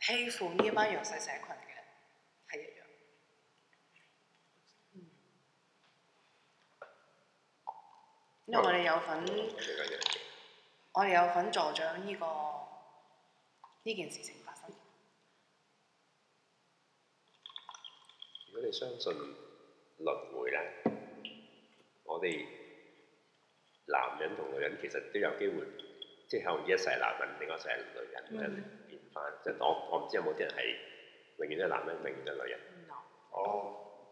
欺負呢班弱勢社群嘅係一樣。因為我哋有份，我哋有份助長呢、個呢件事情發生。如果你相信輪迴咧，我哋男人同女人其實都有機會，即係可能一世係男人，另外一世係女人，咁樣變翻。即係我我唔知有冇啲人係永遠都係男人，永遠都係女人。嗯 No，我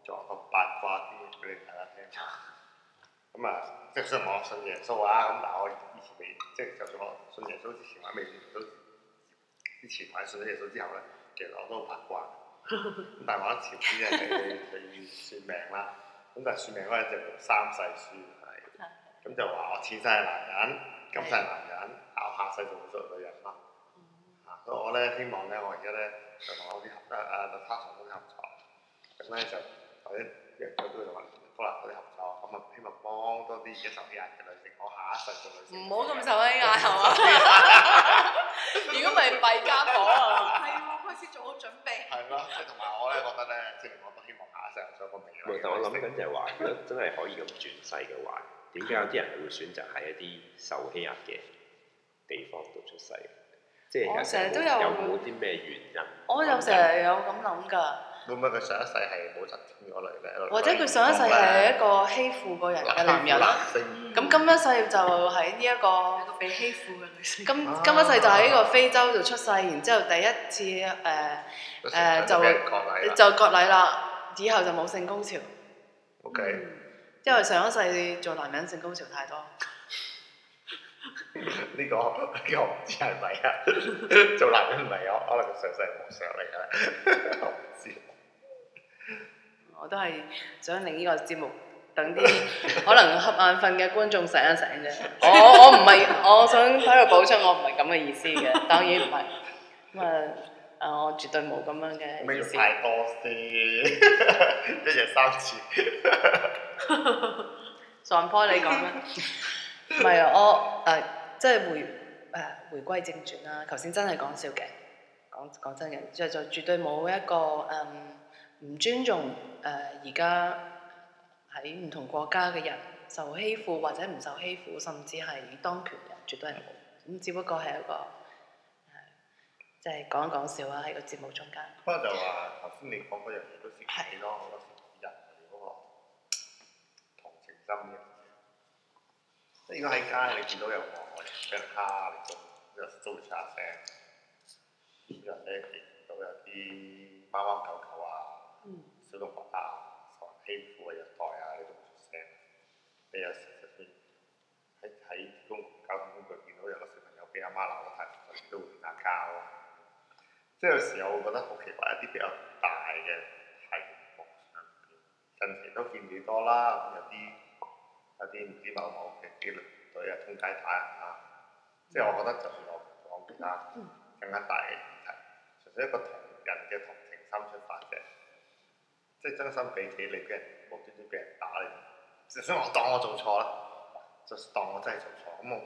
作個八卦啲俾你大家聽下。咁啊，即係雖然我信耶穌啊，咁但係我以前未，即係就算我信耶穌之前或者未信耶穌之前或者信咗耶穌之後咧，其實我都好八卦。咁但係我前啲人去去算命啦，咁但係算命嗰陣就用三世書係，咁就話我前世係男人，今世係男人，啊我下世就會做女人啦。啊，所以我咧希望咧，我而家咧就同我啲合啊啊 n a t a 啲合作，咁咧就或者約咗佢同埋可能嗰啲合作，咁啊希望幫多啲而家受欺壓嘅女性，我下一世做女嗯性。唔好咁受啊欺 壓係嘛？如果唔係弊家伙啊！係喎，開始做好準備。係咯，即係同埋我咧覺得咧，即係我都希望下一世做個美唔係女。但我諗緊就係啊話，如果真係可以咁轉世嘅話，點解有啲人會選擇喺一啲受欺壓嘅地方度出世？即係我其實成日都有有冇啲咩原因？我有成日有咁諗㗎，會唔會佢上一世係冇執天嗰類咧？或者佢上一世係一個啊欺負過人嘅男人啦，男性咁今一世就喺呢一個係。個被欺負嘅女性。今今一世就喺呢個非洲度出世，然之後第一次誒、呃誒就俾人割禮啦。就割禮啦，以後就冇性高潮， O K，因為上一世做男人性高潮太多。呢個呢個唔知係咪啊？ 做男人唔係我，可能佢上世係和尚嚟㗎啦，啊 我唔知。我都係想令呢個節目 等啲可能瞌眼瞓嘅觀眾醒一醒啫。我我唔係，我想喺度補充，我唔係咁嘅意思嘅，當然唔係。咁啊，誒，我絕對冇咁樣嘅咩意叫思。太多先？ 一日三次。上坡你講啦， 唔係啊，我誒、即係回誒、呃回歸正傳啦。頭先真係講笑嘅，講講真嘅，就就絕對冇一個誒唔、尊重誒而家呃喺唔同國家嘅人受欺負或者唔受欺負，甚至係當權人，絕對係冇。咁只不過係一個誒，呃即係講一講笑啦，喺個節目中間。不過就話頭先你講嗰樣嘢都涉及咯，好多時人類嗰個同情心嘅。即係如果喺街你見到有個外人俾人蝦，你都你都會出下聲。有人咧見到有啲貓貓狗狗啊、小動物啊受人欺負啊、虐待啊，你都唔出聲。你有時就算喺喺公共交通工具見到有個小朋友俾阿媽鬧得太過分，你都會打交啊。即係有時候我會覺得好奇怪，一啲比較大嘅題目上邊，近期都見幾多啦，咁有啲有啲唔知某某嘅紀律隊啊，通街打人啦。即係我覺得，就算我唔講其他嗯更加大嘅議題，純粹一個同人嘅同情心出發啫。即係真心比起你俾人無端端俾人打你，就算我當我做錯啦，就當我真係做錯，咁我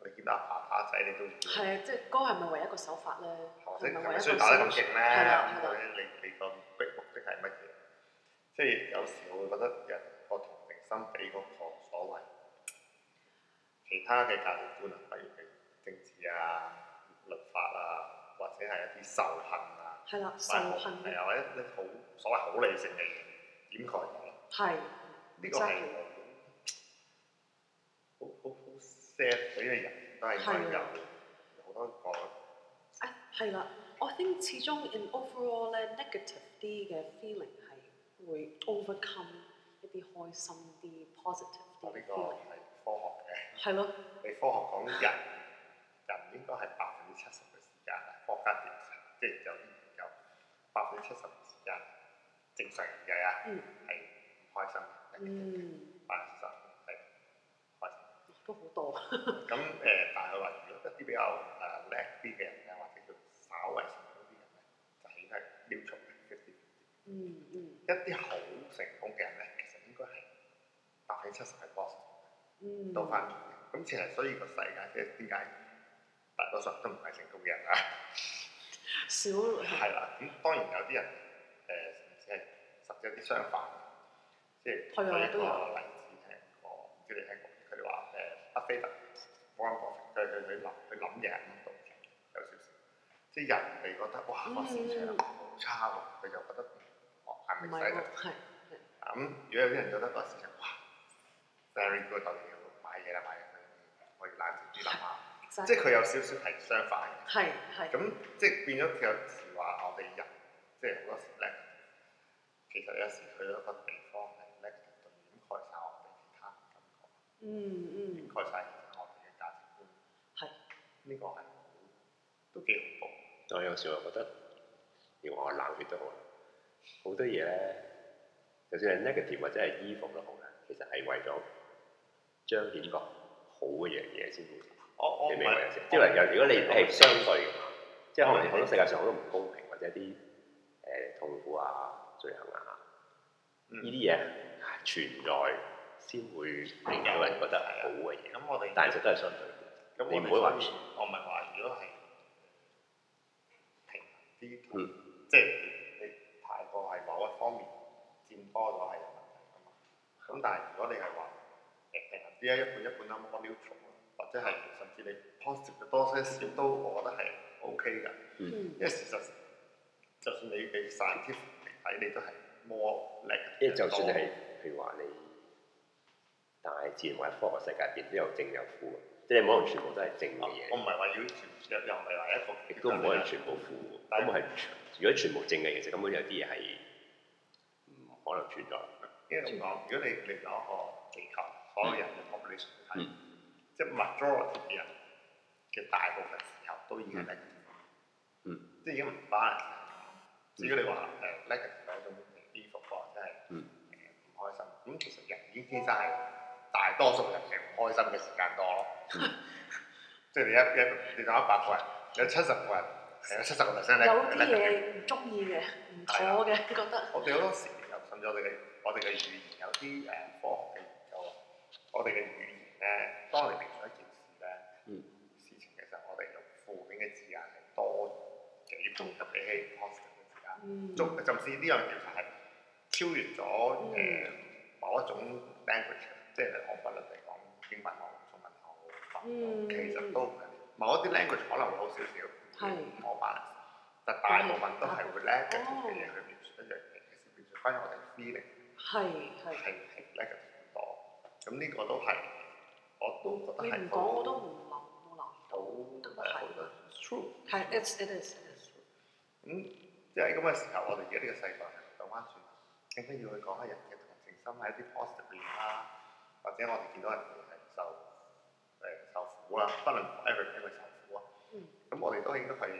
咁你見到阿爸打仔，你都唔會係啊，即係歌係咪唯一一個手法咧？或者係咪哦係唯一咪一需要個打得咁 solution？勁係咧？啦係咁啦，你你個目的係乜嘢？即係有時我會覺得人個同情心比嗰個所謂其他嘅價值觀啊，例如係政治啊、律法啊，或者係一啲仇恨啊，係啦，受恨係啊，或者一啲好所謂好理性嘅嘢掩蓋咗啦。係呢個係 Exactly 好好好 sad 嘅，因為人都係係啊有好多個啊係啦。我 think 始終 in overall 咧 negative 啲嘅 feeling 係會 overcome 一啲開心啲 positive 我啲哦嘅 feeling 呢個係科學嘅。係咯，你科學講人，人應該係百分之七十嘅時間，科學家調查，即係有啲研究，百分之七十嘅時間正常人嘅啊，嗯係唔開心嘅，嗯，百分之十係開心。都好多，咁誒、但係話如果一啲比較誒叻啲嘅人咧，或者叫稍為成功啲嘅人咧，就應該係 neutral 嘅50-50嗯嗯一啲好成功嘅人咧，其實應該係百分之七十係 boss。嗯，倒翻轉嘅。咁其實所以個世界即係點解大多數都唔係成功嘅人啊？ 少係啦，咁當然有啲人誒，甚至係甚至有啲相反，即係係啊舉一個都有例子聽過，唔知你聽過？佢哋話誒，巴菲特、沃倫博佢佢佢諗佢諗嘢係咁度有少少，即係人哋覺得哇個市場好差喎，佢就覺得我嗯唔係咪係使得喎，？係咁如果有啲人覺得嗰個市場哇 very good，我哋要買嘢啦買嘢啦，我要冷靜啲諗下， exactly，即係佢有少少係相反嘅。係係咁即係變咗有時話我哋人，即係好多時咧，其實有時去到一個地方係咧，就掩蓋晒我哋其他感覺，嗯掩嗯蓋晒其他我哋嘅價值觀。係呢個係好都幾恐怖。我有時候覺得，要話我冷血都好啦，啊好多嘢咧，就算係 negative 或者係衣服都好啦，其實係為咗彰顯個好嘅樣嘢先會。我我你唔明唔明我意係思，即係話如果你係相對嘅嘛，即係可能好多世界上好多唔公平或者啲誒、呃痛苦啊、罪行啊，呢啲嗯，嘢存在先會令到人覺得係好嘅嘢，咁我哋但係其實都係相對嘅。咁我你哋唔會話所以我唔係話如果係平衡啲同，嗯即係你你太過係某一方面佔多咗係有問題㗎嘛。咁但係如果你係話誒平衡啲啊，一半一半啦，冇 neutral 啊，或者係嗯甚至你 positive 嘅多些少都，我覺得係 OK 㗎。嗯因為事實就算你你 scientific 嚟睇，你都係 more 叻嘅。因為就算你係譬如話你大自然或者科學世界入邊都有正有負，即係你唔可能全部都係正嘅哦我嘢，唔係話要全又又唔係話一個，亦都唔可能全部負。咁係如果全部正嘅嘢，其實根本有啲嘢係唔可能存在。因為咁講，如果你你攞個地球所有人嘅 population 去睇嗯，即係 majority 嘅人嘅大部分時候都已經係 negative，嗯即係已經唔 balance 啦。如果你話誒 negative 係一種衣服或者係呃嗯唔開心，咁其實人已經天生係大多數人係唔開心嘅時間多咯。 即係你一一你講一百個人，有七十個人係有七十個 percent 有啲 negative 嘅。啊嘢唔中意嘅，唔妥嘅， 覺得我哋好多時有甚至我哋嘅我哋嘅語言有啲誒科學嘅研究啊，我哋嘅語言咧，當我哋評述一件事咧，嗯事情其實我哋用負面嘅字眼係多幾倍嘅比起 positive 嘅字眼，嗯仲甚至呢樣調查係超越咗誒、嗯某一種 language，即係我不論你講英文好、中文好、法文好嗯其實都唔緊要某一啲 language 可能會好少少，係唔好 balance，但大部分都係會 negative 嘅嘢去描述一樣嘢，其實描述翻我哋 feeling 係係係。係 negative 好多。咁呢個都係我都覺你得唔係講我都唔諗，冇留意好都誒係好多 true。係，it's it is it is。咁即係咁嘅時候，我哋而家呢個世代就翻轉，應該要去講下人嘅同情心係一啲 positive 嘅嘢啦，或者我哋見到人哋係受誒受苦啦，不論 everything 受苦啊。嗯咁我哋都應該係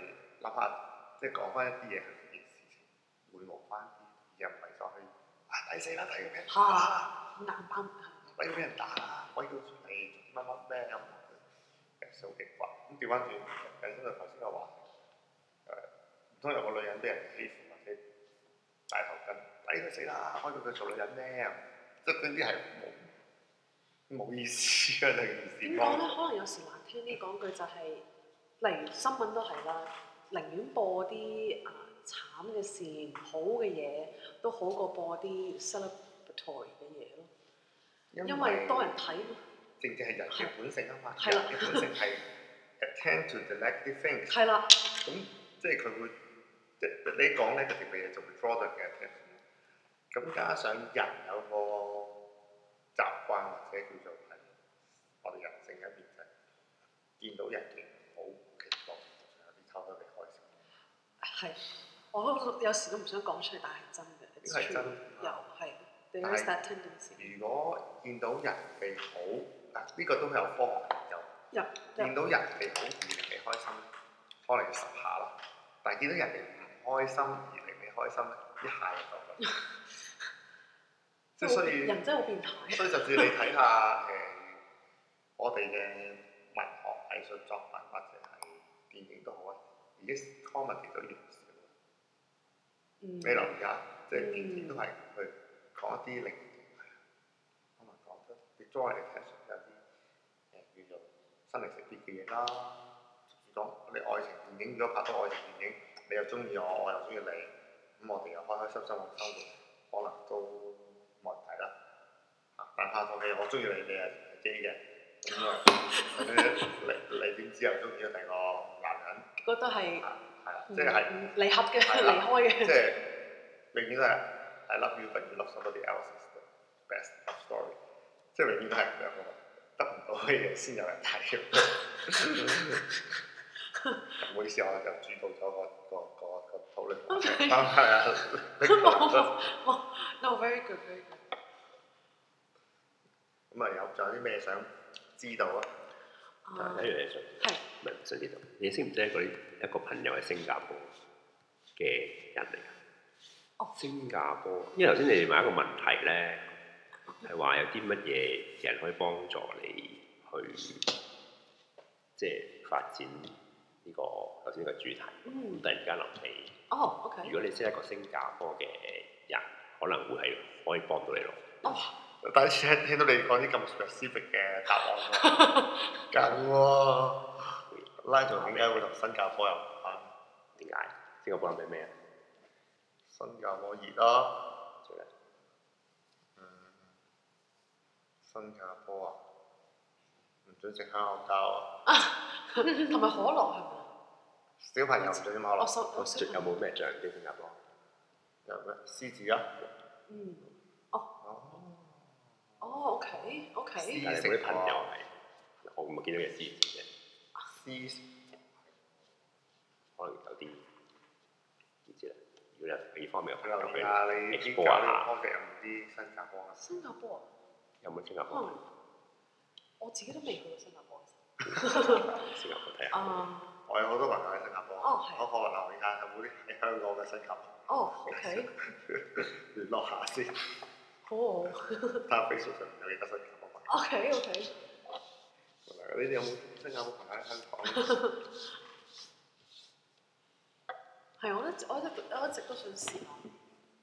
諗下，即係講翻一啲嘢，佢件事情緩和翻啲，而唔係再去啊抵死啦，抵要俾啊人打啦，好難辦。抵要俾人打啦，我要你做啲乜乜咩咁，誒好奇怪。咁調翻轉，引申到頭先嘅話題，誒唔通有個女人俾人欺負或者戴頭巾，抵佢死啦，開到佢做女人咩？即係呢啲係冇冇意思啊嘅兩件事。點講咧？可能有時難聽啲講句就係、例如新聞都係啦，寧願播啲啊慘嘅事、唔好嘅嘢，都好過播啲 celebratory 嘅嘢咯。因為多人睇嘛，正正係人嘅本性啊嘛，係人啦嘅本 性係 attend to the negative things，係啦，咁即係佢會即係你講 negative 嘅嘢就會 draw 到人嘅 attention。咁加上人有個習慣或者叫做係我哋人性嘅一面就係見到人哋唔好，其實某程度上有啲偷得你開心。係。我有時都唔想講出嚟，但係真嘅。 It's 係 true，真有㗎係 there is that tendency。如果見到人哋好，啊呢、個都有科學研究。入見入到人哋好而令你開心，可能要十下啦。但係見到人哋唔開心而令你開心咧，一下就夠啦。即係所以，人 真係好變態。所以就算你睇下誒、 呃我哋嘅文學藝術作品或者係電影都好啊，而家 comedy 都越嚟越少啦。嗯你留意下，即係電影都係去講一啲令可能講得 joy 嚟聽上有啲誒叫做生離死別嘅嘢啦。如果你愛情電影，如果拍到愛情電影，你又中意我，我又中意你，咁我哋又開開心心咁生活，可能都冇問題啦。啊但拍套戲我中意你，你係係基嘅，咁啊，你你點知又中意咗第二個男人？嗰都係啊係啊，唔即係。唔離合嘅，係啦離 開嘅即。係永遠都係 I love you but you love somebody else is the best love story，即係永遠都係兩個得唔到嘅嘢先有人睇。唔好意思，我就主導咗個個個個討論話題。啱係啊，拎個男冇仔冇冇，no very good very good。咁啊有仲有啲咩想知道啊？睇啊完你想係問想知道，你識唔知一個一個朋友係新加坡嘅人嚟㗎？哦新加坡，因為頭先你哋問一個問題咧，係話有啲乜嘢人可以幫助你去即係發展呢、個頭先個主題。咁嗯突然間諗起，哦如 OK 果你識一個新加坡嘅人，可能會係可以幫到你咯。哦第一次聽聽到你講啲咁 specific 嘅答案喎，緊喎！拉仲點解會同啊新加坡有關？點解？新加坡諗起咩啊？新加坡熱啦、做咧嗯，新加坡啊，唔准食香口膠啊！同埋可樂係咪啊？小朋友唔准飲可我樂，想我想有冇咩獎啲新加坡？有咩獅子啊？嗯哦，哦 OK 獅 OK 但係我啲朋友係，我唔係見到嘅知嘅，獅可能有啲唔知啦。如果你有呢方面嘅朋友留佢意下你啲教 explore 呢下，個 project 有冇啲新加坡啊？新加坡啊有冇新加可坡？能我自己都未去過新加坡。新加坡睇下。啊我有好多朋友喺新加坡，哦係我可能留意下有冇啲喺香港嘅新加坡哦 OK 聯絡下先，好哦睇下 Facebook 上面有幾多新加坡朋友。 OK OK 你哋有冇新加坡朋友喺香港？係我一直我一直我一直都想試下，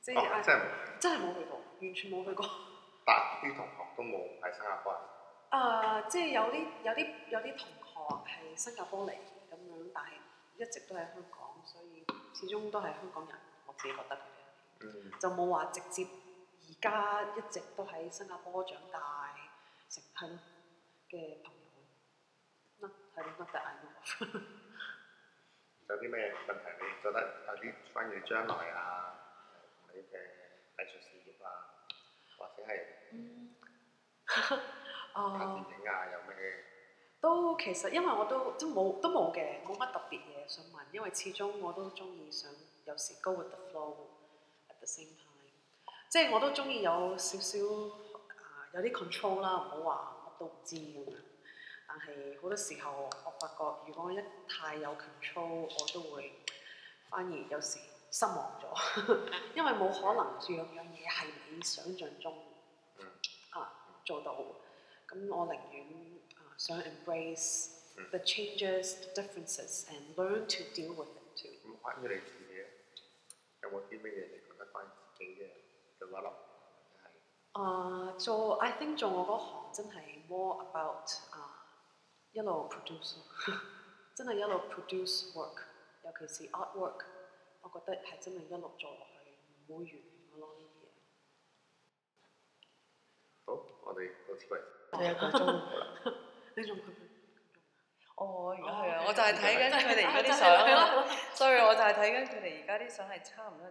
即 哦，係啊真係冇，真係冇去過，完全冇去過。 但啲同學都冇喺新加坡人。啊，即係有啲有啲有啲同學係新加坡嚟咁樣，但係一直都喺香港，所以始終都係香港人。我自己覺得佢哋嗯，就冇話直接而家一直都喺新加坡長大成係咯嘅朋友。嗱，係咯，得但係有啲咩問題？你覺得有啲關於將來啊，你嘅藝術事業啊，或者係嗯，拍啊。電影啊，有咩？都其實因為我都都冇都冇嘅，冇乜特別嘢想問，因為始終我都中意想有時 go with the flow at the same time，即係我都中意有少少啊有啲 control 啦，唔好話乜都唔知咁樣。但係好多時候我發覺，如果一太有 control，我都會反而有時失望咗， 因為冇可能樣樣嘢係你想象中嗯啊做到。咁我寧願啊想 uh, embrace 嗯 the changes, the differences, and learn to deal with it too。咁關於你自己咧，有冇啲咩嘢你覺得關於自己嘅嘅話咯？啊、做 Uh, I think 做我嗰行真係 more about uh, 啊、一路 produce，咯 真係一路 produce work，尤其是 artwork，我覺得係真係一路做落去，唔會完嘅咯呢啲嘢。好，我哋到此為止。我哋一個鐘。你仲佢佢哦，而家係哦啊，，OK 我就係睇緊佢哋而家啲係啦係啦係相啦，sorry，我就係睇緊佢哋而家啲相係差唔多。